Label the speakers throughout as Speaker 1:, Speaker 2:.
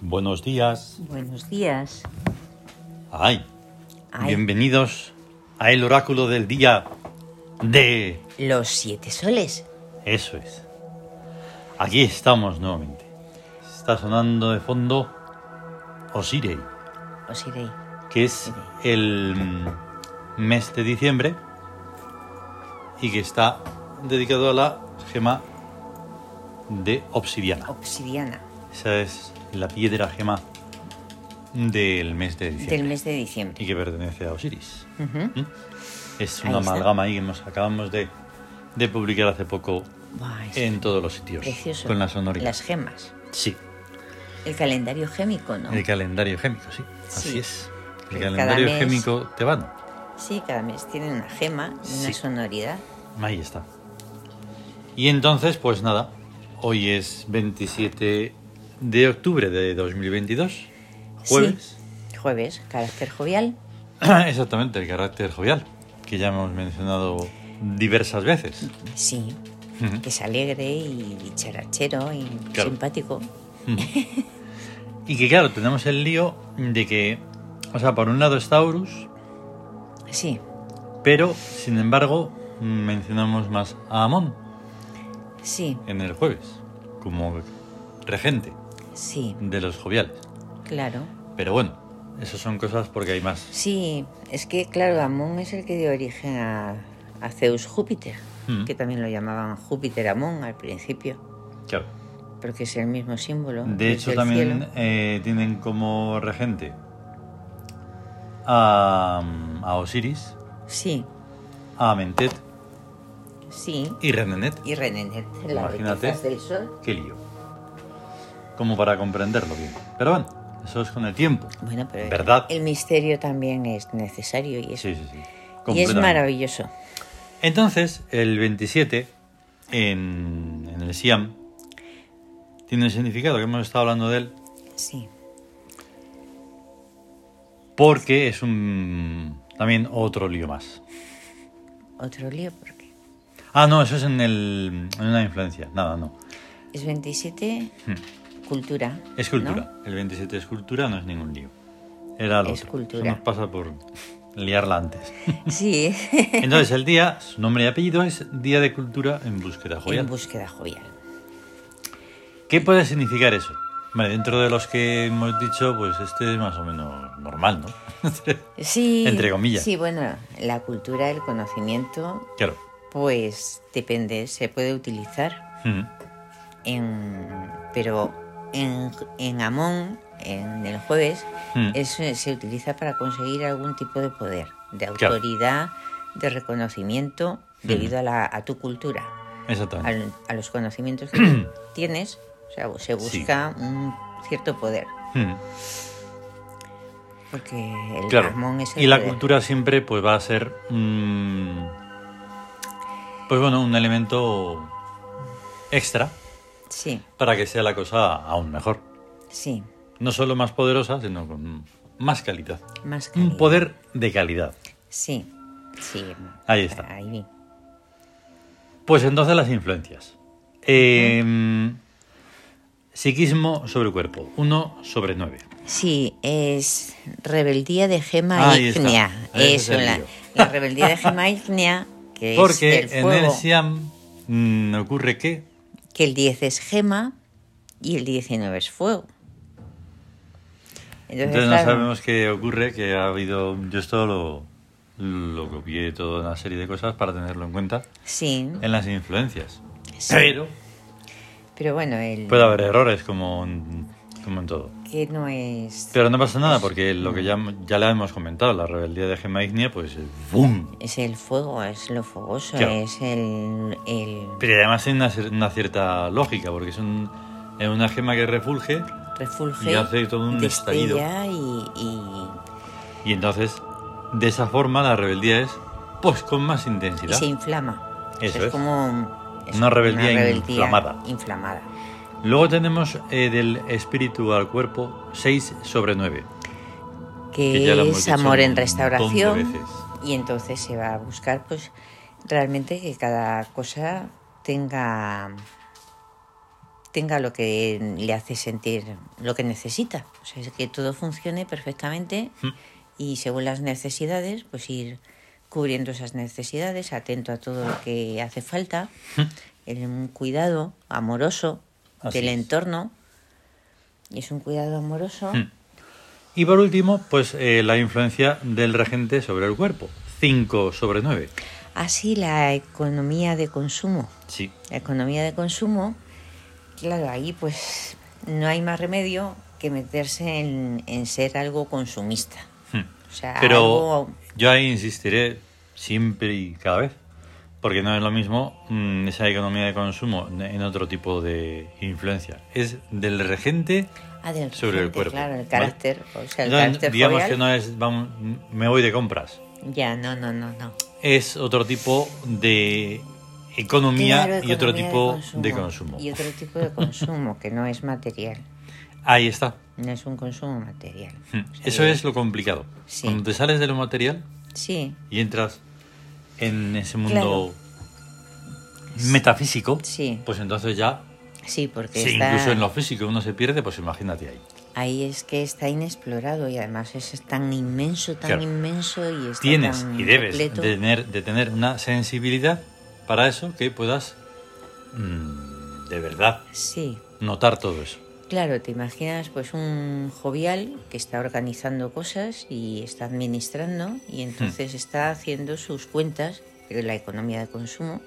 Speaker 1: Buenos días.
Speaker 2: Buenos días.
Speaker 1: Ay,
Speaker 2: Ay.
Speaker 1: bienvenidos a el oráculo del día de...
Speaker 2: Los siete soles.
Speaker 1: Eso es. Aquí estamos nuevamente. Está sonando de fondo Osirei,
Speaker 2: Os iré.
Speaker 1: que es el mm, mes de diciembre y que está dedicado a la gema de obsidiana.
Speaker 2: Obsidiana.
Speaker 1: Esa es la piedra gema del mes de diciembre.
Speaker 2: Del mes de diciembre.
Speaker 1: y que pertenece a Osiris.
Speaker 2: Ujú.
Speaker 1: ¿Mm? Es
Speaker 2: Ahí
Speaker 1: una
Speaker 2: está.
Speaker 1: amalgama ahí que nos acabamos de, de publicar hace poco
Speaker 2: Buah, es
Speaker 1: en todos los sitios.
Speaker 2: precioso.
Speaker 1: Con la sonoridad.
Speaker 2: Las gemas.
Speaker 1: Sí,
Speaker 2: El calendario gémico, ¿no?
Speaker 1: el calendario gémico, sí. Así
Speaker 2: Sí.
Speaker 1: es. El
Speaker 2: Cada
Speaker 1: calendario
Speaker 2: mes-
Speaker 1: gémico tebano.
Speaker 2: Sí, cada mes tienen una gema y
Speaker 1: Sí.
Speaker 2: una sonoridad.
Speaker 1: Ahí está. Y entonces, pues nada, hoy es 27 de octubre de 2022, jueves.
Speaker 2: Sí. Jueves, carácter jovial.
Speaker 1: Exactamente, el carácter jovial, que ya hemos mencionado diversas veces.
Speaker 2: Sí.
Speaker 1: Ujú.
Speaker 2: Que es alegre y dicharachero y
Speaker 1: Claro.
Speaker 2: simpático.
Speaker 1: Y que claro, tenemos el lío de que, o sea, por un lado está Horus,
Speaker 2: Sí.
Speaker 1: pero sin embargo mencionamos más a Amón
Speaker 2: Sí.
Speaker 1: en el jueves, como regente
Speaker 2: Sí.
Speaker 1: de los joviales.
Speaker 2: Claro.
Speaker 1: Pero bueno, esas son cosas porque hay más.
Speaker 2: Sí, es que claro, Amón es el que dio origen a, a Zeus Júpiter,
Speaker 1: Mm.
Speaker 2: que también lo llamaban Júpiter Amón al principio,
Speaker 1: Claro.
Speaker 2: porque es el mismo símbolo.
Speaker 1: De
Speaker 2: es
Speaker 1: hecho,
Speaker 2: del
Speaker 1: también
Speaker 2: cielo.
Speaker 1: eh, tienen como regente a, a Osiris,
Speaker 2: Sí,
Speaker 1: a Amentet
Speaker 2: sí.
Speaker 1: y Renenet.
Speaker 2: Y Renenet, las
Speaker 1: Imagínate.
Speaker 2: riquezas del sol.
Speaker 1: Qué lío. Como para comprenderlo bien. Pero bueno, eso es con el tiempo.
Speaker 2: Bueno, pero
Speaker 1: ¿Verdad?
Speaker 2: el misterio también es necesario y es,
Speaker 1: Sí, sí, sí.
Speaker 2: y es
Speaker 1: Completamente.
Speaker 2: maravilloso.
Speaker 1: Entonces, el 27 en, en el Siam tiene un significado que hemos estado hablando de él
Speaker 2: Sí,
Speaker 1: porque es un también otro lío más.
Speaker 2: otro lío porque
Speaker 1: Ah, no, eso es en, el, en una influencia. Nada, no.
Speaker 2: es 27 cultura.
Speaker 1: Hmm. Es
Speaker 2: ¿no?
Speaker 1: cultura. El 27 es cultura, no es ningún lío. Era lo
Speaker 2: Es
Speaker 1: otro.
Speaker 2: cultura.
Speaker 1: Se nos pasa por liarla antes.
Speaker 2: Sí,
Speaker 1: Entonces, el día, su nombre y apellido es Día de Cultura en Búsqueda Joyal.
Speaker 2: en búsqueda jovial.
Speaker 1: ¿Qué puede significar eso? Vale, dentro de los que hemos dicho, pues este es más o menos normal, ¿no? Este
Speaker 2: Sí.
Speaker 1: Entre comillas.
Speaker 2: Sí, bueno, la cultura, el conocimiento,
Speaker 1: claro.
Speaker 2: pues depende, se puede utilizar
Speaker 1: Mm,
Speaker 2: en pero en, en Amón, en el jueves,
Speaker 1: Mm.
Speaker 2: eso se utiliza para conseguir algún tipo de poder, de
Speaker 1: Claro. Hmm.
Speaker 2: autoridad, de reconocimiento debido a, la, a tu cultura,
Speaker 1: Exactamente.
Speaker 2: al- a, los conocimientos que
Speaker 1: Hmm.
Speaker 2: tú tienes, o sea, se busca un cierto poder,
Speaker 1: Mm,
Speaker 2: porque el
Speaker 1: Claro.
Speaker 2: Amón es el
Speaker 1: Y la
Speaker 2: poder.
Speaker 1: cultura siempre pues va a ser mm, pues bueno, un elemento extra
Speaker 2: Sí,
Speaker 1: para que sea la cosa aún mejor.
Speaker 2: sí,
Speaker 1: No solo más poderosa, sino con más calidad.
Speaker 2: más
Speaker 1: Un
Speaker 2: calidad.
Speaker 1: poder de calidad.
Speaker 2: Sí, sí.
Speaker 1: Ahí está.
Speaker 2: Ahí.
Speaker 1: Pues entonces las influencias. Eh, psiquismo sobre cuerpo, 1 sobre 9.
Speaker 2: Sí, es rebeldía de gema
Speaker 1: Ahí está.
Speaker 2: ígnea.
Speaker 1: Ese es
Speaker 2: Eso,
Speaker 1: el
Speaker 2: la,
Speaker 1: lío.
Speaker 2: la rebeldía de gema ígnea, que
Speaker 1: Porque
Speaker 2: es del
Speaker 1: en el
Speaker 2: fuego,
Speaker 1: Siam mm, ocurre que...
Speaker 2: que el 10 es gema y el 19 es fuego. Entonces,
Speaker 1: Entonces no
Speaker 2: claro,
Speaker 1: sabemos qué ocurre, que ha habido... Yo esto lo, lo copié toda una serie de cosas para tenerlo en cuenta
Speaker 2: Sí,
Speaker 1: en las influencias.
Speaker 2: sí,
Speaker 1: Pero
Speaker 2: pero bueno, el
Speaker 1: puede haber errores como en, como en todo.
Speaker 2: que no es...
Speaker 1: Pero no pasa nada porque lo que ya, ya la hemos comentado, la rebeldía de Gemma Ignia, pues ¡boom!
Speaker 2: Es el fuego, es lo fogoso,
Speaker 1: Claro.
Speaker 2: es el... el
Speaker 1: Pero además hay una, cier- una cierta lógica, porque es, un- es una gema que refulge
Speaker 2: refulge,
Speaker 1: Y hace todo un
Speaker 2: destella
Speaker 1: estallido.
Speaker 2: y- y
Speaker 1: y entonces de esa forma la rebeldía es pues con más
Speaker 2: y
Speaker 1: intensidad.
Speaker 2: se inflama.
Speaker 1: Eso
Speaker 2: es,
Speaker 1: es.
Speaker 2: como un- es
Speaker 1: Una rebeldía inflamada.
Speaker 2: inflamada.
Speaker 1: Luego tenemos eh, del espíritu al cuerpo 6 sobre 9.
Speaker 2: Que,
Speaker 1: ya lo hemos
Speaker 2: es
Speaker 1: dicho
Speaker 2: amor
Speaker 1: un
Speaker 2: en
Speaker 1: montón de
Speaker 2: restauración.
Speaker 1: veces.
Speaker 2: Y entonces se va a buscar, pues, realmente que cada cosa tenga tenga lo que le hace sentir lo que necesita. O sea, es que todo funcione perfectamente
Speaker 1: Mm.
Speaker 2: y según las necesidades, pues ir cubriendo esas necesidades, atento a todo lo que hace falta,
Speaker 1: Mm.
Speaker 2: en un cuidado amoroso
Speaker 1: Así
Speaker 2: del
Speaker 1: es.
Speaker 2: entorno. Y es un cuidado amoroso.
Speaker 1: Hmm. Y por último, pues eh, la influencia del regente sobre el cuerpo. 5 sobre 9.
Speaker 2: Así la economía de consumo.
Speaker 1: Sí.
Speaker 2: La economía de consumo, claro, ahí pues no hay más remedio que meterse en, en ser algo consumista.
Speaker 1: Hmm.
Speaker 2: O sea,
Speaker 1: Pero
Speaker 2: algo-
Speaker 1: yo ahí insistiré siempre y cada vez, porque no es lo mismo mm, esa economía de consumo en otro tipo de influencia. Es del regente
Speaker 2: Ah, del
Speaker 1: sobre el
Speaker 2: regente,
Speaker 1: cuerpo.
Speaker 2: Claro, el
Speaker 1: ¿vale?
Speaker 2: carácter, o sea, el
Speaker 1: No,
Speaker 2: carácter
Speaker 1: digamos
Speaker 2: jovial.
Speaker 1: que no es, vamos, me voy de compras.
Speaker 2: Ya, no, no, no, no.
Speaker 1: Es otro tipo de economía,
Speaker 2: Claro,
Speaker 1: y otro
Speaker 2: economía
Speaker 1: tipo de consumo.
Speaker 2: Y otro tipo de consumo que no es material,
Speaker 1: Ahí está.
Speaker 2: no es un consumo material.
Speaker 1: Hmm.
Speaker 2: O sea,
Speaker 1: Eso es lo complicado.
Speaker 2: Sí.
Speaker 1: Cuando te sales de lo material
Speaker 2: Sí,
Speaker 1: y entras en ese mundo metafísico,
Speaker 2: Sí.
Speaker 1: pues entonces ya
Speaker 2: sí, porque
Speaker 1: Sí,
Speaker 2: está-
Speaker 1: incluso en lo físico uno se pierde, pues imagínate ahí.
Speaker 2: ahí es que está inexplorado y además es, es tan inmenso, tan
Speaker 1: Claro.
Speaker 2: inmenso y está
Speaker 1: Tienes
Speaker 2: tan
Speaker 1: y debes de
Speaker 2: repleto.
Speaker 1: tener, de tener una sensibilidad para eso que puedas mm, de verdad
Speaker 2: Sí,
Speaker 1: notar todo eso.
Speaker 2: Claro, te imaginas pues un jovial que está organizando cosas y está administrando
Speaker 1: Hmm.
Speaker 2: y entonces está haciendo sus cuentas de la economía de consumo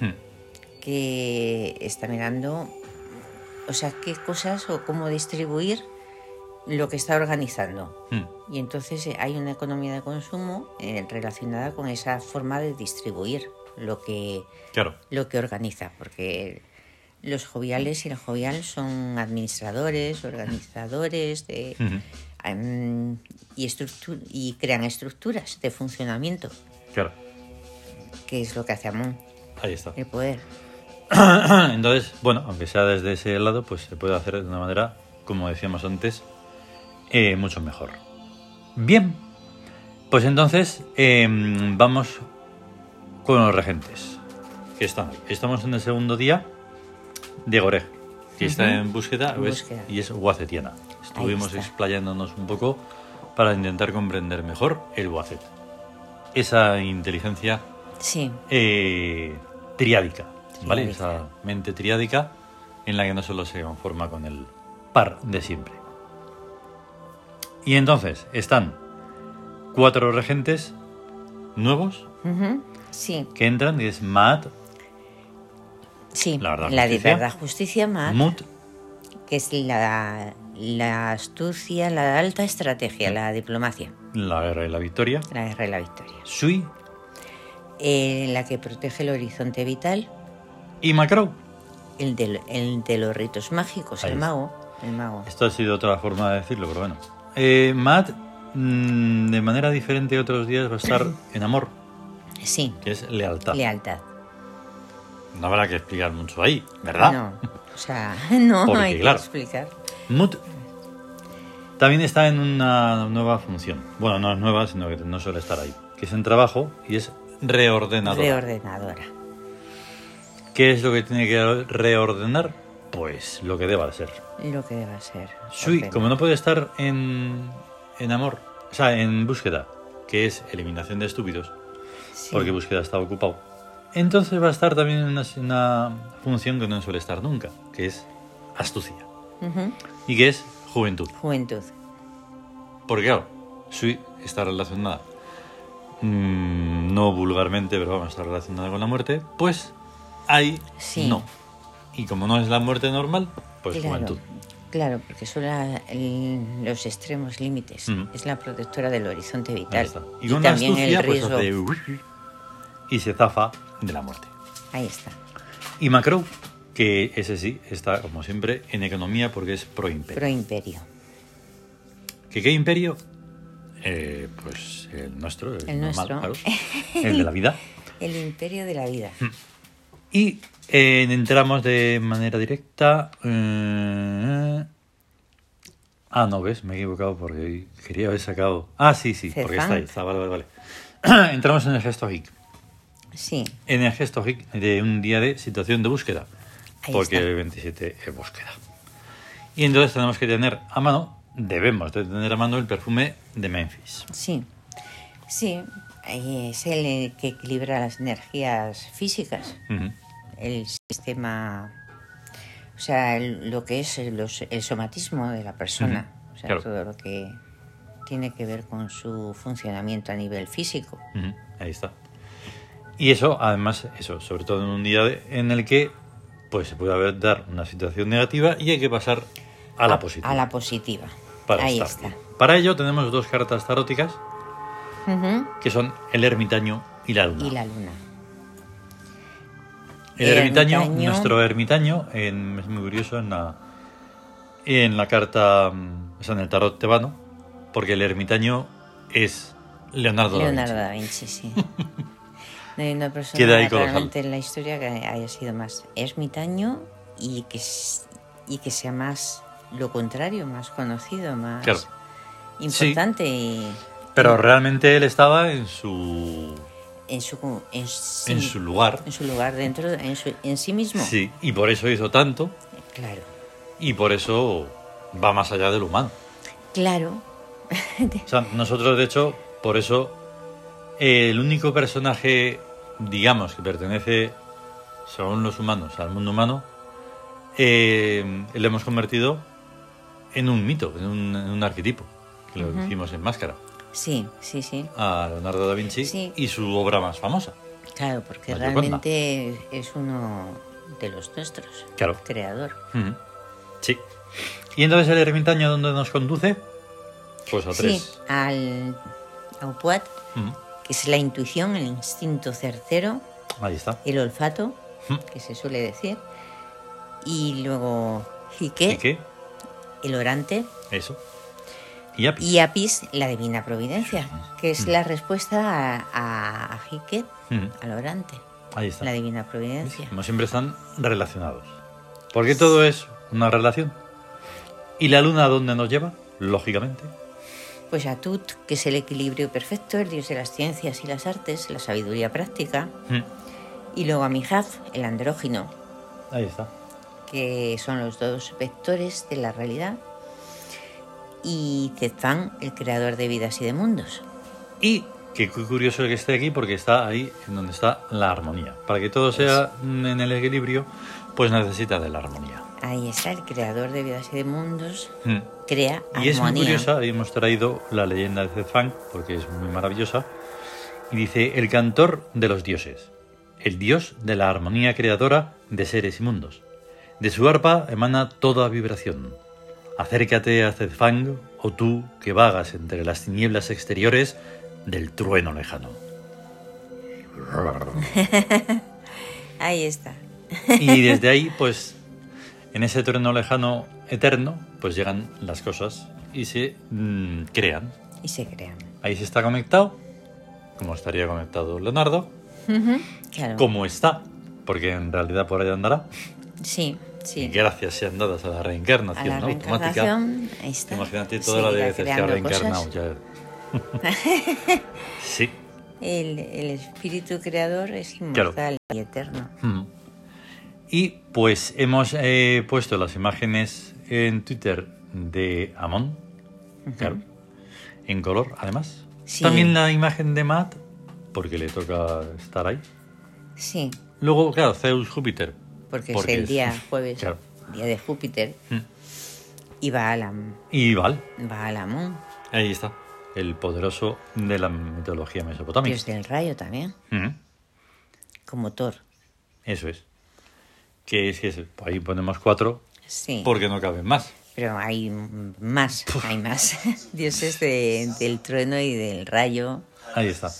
Speaker 1: Hmm.
Speaker 2: que está mirando, o sea, qué cosas o cómo distribuir lo que está organizando.
Speaker 1: Hmm.
Speaker 2: Y entonces eh, hay una economía de consumo eh, relacionada con esa forma de distribuir lo que
Speaker 1: Claro.
Speaker 2: lo que organiza, porque los joviales y la jovial son administradores, organizadores de,
Speaker 1: Ujú.
Speaker 2: em, y, estructu- y crean estructuras de funcionamiento,
Speaker 1: Claro.
Speaker 2: que es lo que hace Amón,
Speaker 1: Ahí está.
Speaker 2: el poder.
Speaker 1: Entonces, bueno, aunque sea desde ese lado, pues se puede hacer de una manera, como decíamos antes, eh, mucho mejor. Bien, pues entonces eh, vamos con los regentes que están ahí. Estamos en el segundo día de Goreg, que está en búsqueda,
Speaker 2: En
Speaker 1: ¿ves?
Speaker 2: búsqueda.
Speaker 1: y es Guacetiana. Estuvimos
Speaker 2: está.
Speaker 1: explayándonos un poco para intentar comprender mejor el Guacet. Esa inteligencia
Speaker 2: Sí,
Speaker 1: eh, triádica, ¿vale?
Speaker 2: Triádica.
Speaker 1: Esa mente triádica en la que no solo se conforma con el par de siempre. Y entonces están cuatro regentes nuevos
Speaker 2: ujú, sí,
Speaker 1: que entran, y es Maat,
Speaker 2: sí.
Speaker 1: La verdad,
Speaker 2: la de
Speaker 1: justicia.
Speaker 2: verdad justicia más,
Speaker 1: Mut,
Speaker 2: que es la, la astucia, la alta estrategia, la diplomacia,
Speaker 1: la guerra y la victoria,
Speaker 2: la guerra y la victoria.
Speaker 1: Sui
Speaker 2: Eh, la que protege el horizonte vital,
Speaker 1: y Macro.
Speaker 2: El de, el de los ritos mágicos,
Speaker 1: Ahí
Speaker 2: el
Speaker 1: está.
Speaker 2: mago. El mago.
Speaker 1: Esto ha sido otra forma de decirlo, pero bueno. Eh, Maat, mm, de manera diferente a otros días, va a estar en amor,
Speaker 2: Sí,
Speaker 1: que es lealtad.
Speaker 2: lealtad.
Speaker 1: no habrá que explicar mucho ahí, ¿verdad?
Speaker 2: No, o sea, no
Speaker 1: Porque,
Speaker 2: hay
Speaker 1: claro.
Speaker 2: que explicar.
Speaker 1: Mut también está en una nueva función. Bueno, no es nueva, sino que no suele estar ahí. Que es en trabajo y es reordenador.
Speaker 2: Reordenadora.
Speaker 1: ¿Qué es lo que tiene que reordenar? Pues lo que deba de ser.
Speaker 2: Lo que deba ser.
Speaker 1: Sui,
Speaker 2: Ordena-
Speaker 1: como no puede estar en, en amor, o sea, en búsqueda, que es eliminación de estúpidos,
Speaker 2: Sí,
Speaker 1: porque búsqueda está ocupado, entonces va a estar también en una, una función que no suele estar nunca, que es astucia.
Speaker 2: ujú,
Speaker 1: Y que es juventud.
Speaker 2: Juventud.
Speaker 1: Porque claro, Sui está relacionada, mm, no vulgarmente, pero vamos, está relacionada con la muerte, pues ahí
Speaker 2: Sí.
Speaker 1: no. Y como no es la muerte normal, pues
Speaker 2: claro.
Speaker 1: juventud.
Speaker 2: Claro, porque son la- el- los extremos límites.
Speaker 1: Ujú.
Speaker 2: Es la protectora del horizonte
Speaker 1: Ahí
Speaker 2: vital.
Speaker 1: está. Y
Speaker 2: Y,
Speaker 1: con una
Speaker 2: también
Speaker 1: astucia,
Speaker 2: el
Speaker 1: pues
Speaker 2: riesgo.
Speaker 1: hace uy, y se zafa de la muerte.
Speaker 2: Ahí está.
Speaker 1: Y Macro, que ese sí está, como siempre, en economía porque es pro-imperio.
Speaker 2: Pro imperio.
Speaker 1: ¿Que qué imperio? Eh, pues el nuestro, el,
Speaker 2: El
Speaker 1: normal,
Speaker 2: nuestro.
Speaker 1: claro. el de la vida.
Speaker 2: El imperio de la vida.
Speaker 1: Y eh, entramos de manera directa. eh, Ah, no, ves, me he equivocado porque quería haber sacado. Ah, sí, sí, porque está ahí, está, vale, vale, vale. entramos en el gesto hic.
Speaker 2: Sí,
Speaker 1: En el gesto hic de un día de situación de búsqueda.
Speaker 2: Ahí
Speaker 1: porque
Speaker 2: está.
Speaker 1: el 27 es búsqueda. Y entonces tenemos que tener a mano, debemos de tener a mano el perfume de Memphis.
Speaker 2: Sí, sí, ahí es el que equilibra las energías físicas,
Speaker 1: Ujú.
Speaker 2: el sistema, o sea, el- lo que es el, los- el somatismo de la persona,
Speaker 1: Ujú,
Speaker 2: o sea,
Speaker 1: claro.
Speaker 2: todo lo que tiene que ver con su funcionamiento a nivel físico.
Speaker 1: Ujú, Ahí está. Y eso, además, eso, sobre todo en un día de- en el que pues se puede haber dar una situación negativa y hay que pasar a la positiva.
Speaker 2: A la positiva.
Speaker 1: para
Speaker 2: ahí
Speaker 1: estar bien. Para ello tenemos dos cartas taróticas
Speaker 2: está. Ujú,
Speaker 1: que son el ermitaño y la luna.
Speaker 2: Y la luna.
Speaker 1: El
Speaker 2: El
Speaker 1: ermitaño,
Speaker 2: ermitaño.
Speaker 1: nuestro ermitaño, en- es muy curioso en la, en la carta, mm, o sea, en el tarot tebano, porque el ermitaño es Leonardo, da
Speaker 2: Leonardo
Speaker 1: Vinci.
Speaker 2: da Vinci, sí. No hay una persona
Speaker 1: Queda ahí colosal.
Speaker 2: realmente en la historia que haya sido más ermitaño y que, s- y que sea más lo contrario, más conocido, más
Speaker 1: Claro.
Speaker 2: importante y
Speaker 1: Pero realmente él estaba en su,
Speaker 2: en su en, sí-
Speaker 1: en su lugar.
Speaker 2: en su lugar dentro en, su- en sí mismo.
Speaker 1: Sí, y por eso hizo tanto,
Speaker 2: Claro.
Speaker 1: y por eso va más allá del humano.
Speaker 2: Claro.
Speaker 1: O sea, nosotros, de hecho, por eso, eh, el único personaje, digamos, que pertenece, según los humanos, al mundo humano, eh, le hemos convertido en un mito, en un, en un arquetipo, que lo
Speaker 2: Ujú.
Speaker 1: hicimos en Máscara,
Speaker 2: Sí, sí, sí.
Speaker 1: a Leonardo da Vinci
Speaker 2: Sí.
Speaker 1: y su obra más famosa.
Speaker 2: Claro, porque
Speaker 1: La Gioconda.
Speaker 2: realmente es uno de los nuestros.
Speaker 1: Claro.
Speaker 2: Creador.
Speaker 1: Ujú. Sí. Y entonces el ermitaño, ¿dónde nos conduce? Pues a
Speaker 2: Sí,
Speaker 1: tres.
Speaker 2: al Aupuat,
Speaker 1: Ujú.
Speaker 2: que es la intuición, el instinto certero,
Speaker 1: Ahí está.
Speaker 2: el olfato,
Speaker 1: Ujú.
Speaker 2: que se suele decir, y luego
Speaker 1: ¿Y
Speaker 2: Jique,
Speaker 1: qué?
Speaker 2: el orante,
Speaker 1: Eso. Y Apis.
Speaker 2: y Apis, la divina providencia, que es la respuesta a, a, a Jique,
Speaker 1: Ujú.
Speaker 2: al orante,
Speaker 1: Ahí está.
Speaker 2: la divina providencia.
Speaker 1: Como siempre están relacionados. Porque todo es una relación. ¿Y la luna a dónde nos lleva? Lógicamente.
Speaker 2: Pues Atut, que es el equilibrio perfecto, el dios de las ciencias y las artes, la sabiduría práctica,
Speaker 1: Mm,
Speaker 2: y luego a Mijaf, el andrógino,
Speaker 1: Ahí está.
Speaker 2: que son los dos vectores de la realidad, y Zefán, el creador de vidas y de mundos.
Speaker 1: Y qué cu- curioso que esté aquí porque está ahí en donde está la armonía. Para que todo sea mm, en el equilibrio, pues necesita de la armonía.
Speaker 2: Ahí está, el creador de vidas y de mundos
Speaker 1: Mm.
Speaker 2: crea
Speaker 1: Y es muy
Speaker 2: armonía.
Speaker 1: curiosa, y hemos traído la leyenda de Zefán, porque es muy maravillosa, y dice, el cantor de los dioses, el dios de la armonía creadora de seres y mundos. De su arpa emana toda vibración. Acércate a Zefán, o tú que vagas entre las tinieblas exteriores del trueno lejano.
Speaker 2: Ahí está.
Speaker 1: Y desde ahí, pues, en ese trueno lejano eterno, pues llegan las cosas y se mm, crean.
Speaker 2: Y se crean.
Speaker 1: Ahí se está conectado, como estaría conectado Leonardo,
Speaker 2: Claro.
Speaker 1: como está, porque en realidad por ahí andará.
Speaker 2: Sí,
Speaker 1: Y
Speaker 2: sí.
Speaker 1: gracias sean dadas a la
Speaker 2: A
Speaker 1: reencarnación
Speaker 2: la
Speaker 1: ¿no? automática.
Speaker 2: reencarnación, ahí está.
Speaker 1: Imagínate todas las
Speaker 2: Seguirá
Speaker 1: veces que ha
Speaker 2: creando
Speaker 1: reencarnado.
Speaker 2: cosas.
Speaker 1: ya. sí.
Speaker 2: El, el espíritu creador es inmortal y eterno.
Speaker 1: Mm. Y pues hemos eh, puesto las imágenes en Twitter de Amon, claro, en color además.
Speaker 2: Sí.
Speaker 1: También la imagen de Matt, porque le toca estar ahí.
Speaker 2: Sí,
Speaker 1: Luego, claro, Zeus, Júpiter.
Speaker 2: porque, es el día jueves,
Speaker 1: Claro.
Speaker 2: día de Júpiter,
Speaker 1: Mm.
Speaker 2: y va a la,
Speaker 1: Y Val,
Speaker 2: va a la Moon,
Speaker 1: ahí está. El poderoso de la mitología mesopotámica.
Speaker 2: dios del rayo también,
Speaker 1: Ujú,
Speaker 2: como Thor.
Speaker 1: Eso es. Que es que es- ahí ponemos cuatro
Speaker 2: Sí,
Speaker 1: porque no caben más.
Speaker 2: pero hay m- más, hay más dioses de- del trueno y del rayo
Speaker 1: Ahí está.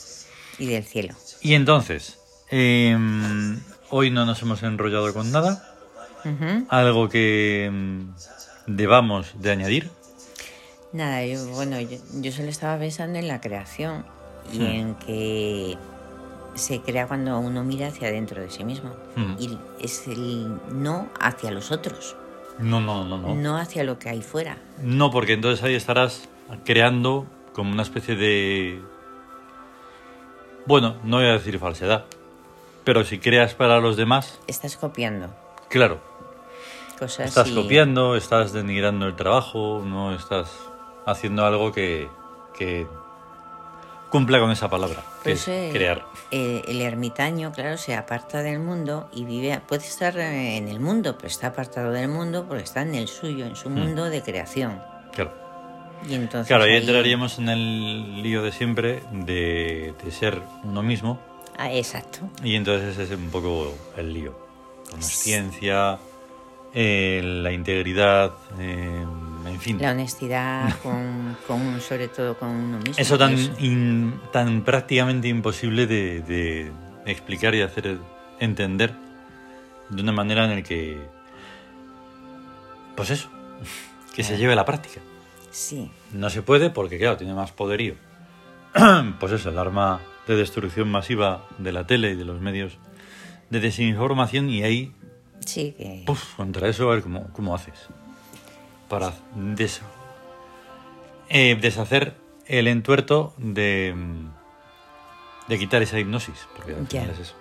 Speaker 2: y del cielo.
Speaker 1: Y entonces, em, hoy no nos hemos enrollado con nada.
Speaker 2: Ujú.
Speaker 1: Algo que em, debamos de añadir.
Speaker 2: Nada, yo, bueno, yo, yo solo estaba pensando en la creación y
Speaker 1: Hmm.
Speaker 2: en que se crea cuando uno mira hacia dentro de sí mismo
Speaker 1: Hmm.
Speaker 2: y es el no hacia los otros,
Speaker 1: No, no, no, no.
Speaker 2: no hacia lo que hay fuera.
Speaker 1: No, porque entonces ahí estarás creando como una especie de... Bueno, no voy a decir falsedad, pero si creas para los demás,
Speaker 2: Estás copiando.
Speaker 1: claro,
Speaker 2: Cosas
Speaker 1: Estás
Speaker 2: y-
Speaker 1: copiando, estás denigrando el trabajo, no estás haciendo algo que, que cumpla con esa palabra, que
Speaker 2: Pues, eh,
Speaker 1: es crear.
Speaker 2: eh, el ermitaño, claro, se aparta del mundo y vive, puede estar eh, en el mundo, pero está apartado del mundo porque está en el suyo, en su mundo de creación.
Speaker 1: Claro.
Speaker 2: Y
Speaker 1: Mm.
Speaker 2: entonces
Speaker 1: Claro, ahí
Speaker 2: ahí-
Speaker 1: entraríamos en el lío de siempre de, de ser uno mismo
Speaker 2: Ah, exacto.
Speaker 1: y entonces ese es un poco el lío. Consciencia, eh, la integridad, eh, en fin.
Speaker 2: La honestidad, con, con- sobre todo con uno mismo.
Speaker 1: Eso tan,
Speaker 2: eso.
Speaker 1: in- tan prácticamente imposible de, de explicar y hacer entender de una manera en el que, pues eso, que se lleve a la práctica.
Speaker 2: Sí,
Speaker 1: No se puede porque, claro, tiene más poderío. pues eso, el arma de destrucción masiva de la tele y de los medios de desinformación y ahí,
Speaker 2: sí, que
Speaker 1: puf, contra eso a ver cómo, cómo haces. Para des- eh, deshacer el entuerto de, de quitar esa hipnosis. Porque al
Speaker 2: Ya.
Speaker 1: final es eso.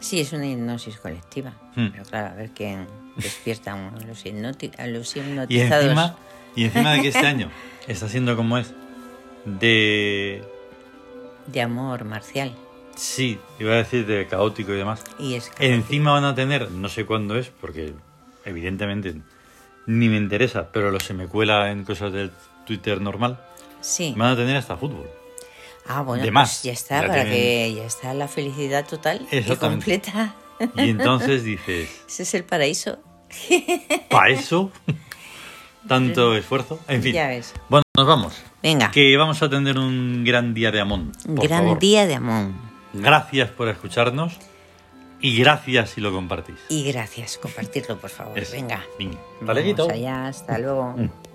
Speaker 2: sí es una hipnosis colectiva.
Speaker 1: Hmm.
Speaker 2: Pero claro, a ver quién despierta a uno, los hipnoti- a los
Speaker 1: Y
Speaker 2: hipnotizados.
Speaker 1: encima, y encima de que este año está siendo como es, de...
Speaker 2: de amor marcial.
Speaker 1: Sí, iba a decir de caótico y demás.
Speaker 2: Y es que
Speaker 1: Encima van a tener, no sé cuándo es, porque evidentemente ni me interesa, pero lo se me cuela en cosas del Twitter normal.
Speaker 2: sí.
Speaker 1: Van a tener hasta fútbol.
Speaker 2: Ah, bueno,
Speaker 1: de
Speaker 2: pues
Speaker 1: más.
Speaker 2: ya está,
Speaker 1: Ya
Speaker 2: para
Speaker 1: tienen-
Speaker 2: que ya está la felicidad total y
Speaker 1: Exactamente.
Speaker 2: completa.
Speaker 1: Y entonces dices,
Speaker 2: Ese es el paraíso.
Speaker 1: ¿para eso? Tanto esfuerzo. En fin.
Speaker 2: Ya ves.
Speaker 1: Bueno, nos vamos.
Speaker 2: Venga,
Speaker 1: Que vamos a tener un gran día de Amón. por
Speaker 2: gran
Speaker 1: favor.
Speaker 2: día de amor.
Speaker 1: Gracias por escucharnos y gracias si lo compartís.
Speaker 2: Y gracias, compartirlo, por favor.
Speaker 1: Eso.
Speaker 2: Venga.
Speaker 1: Venga. Hasta
Speaker 2: Vamos
Speaker 1: luego.
Speaker 2: allá, hasta luego.
Speaker 1: Mm.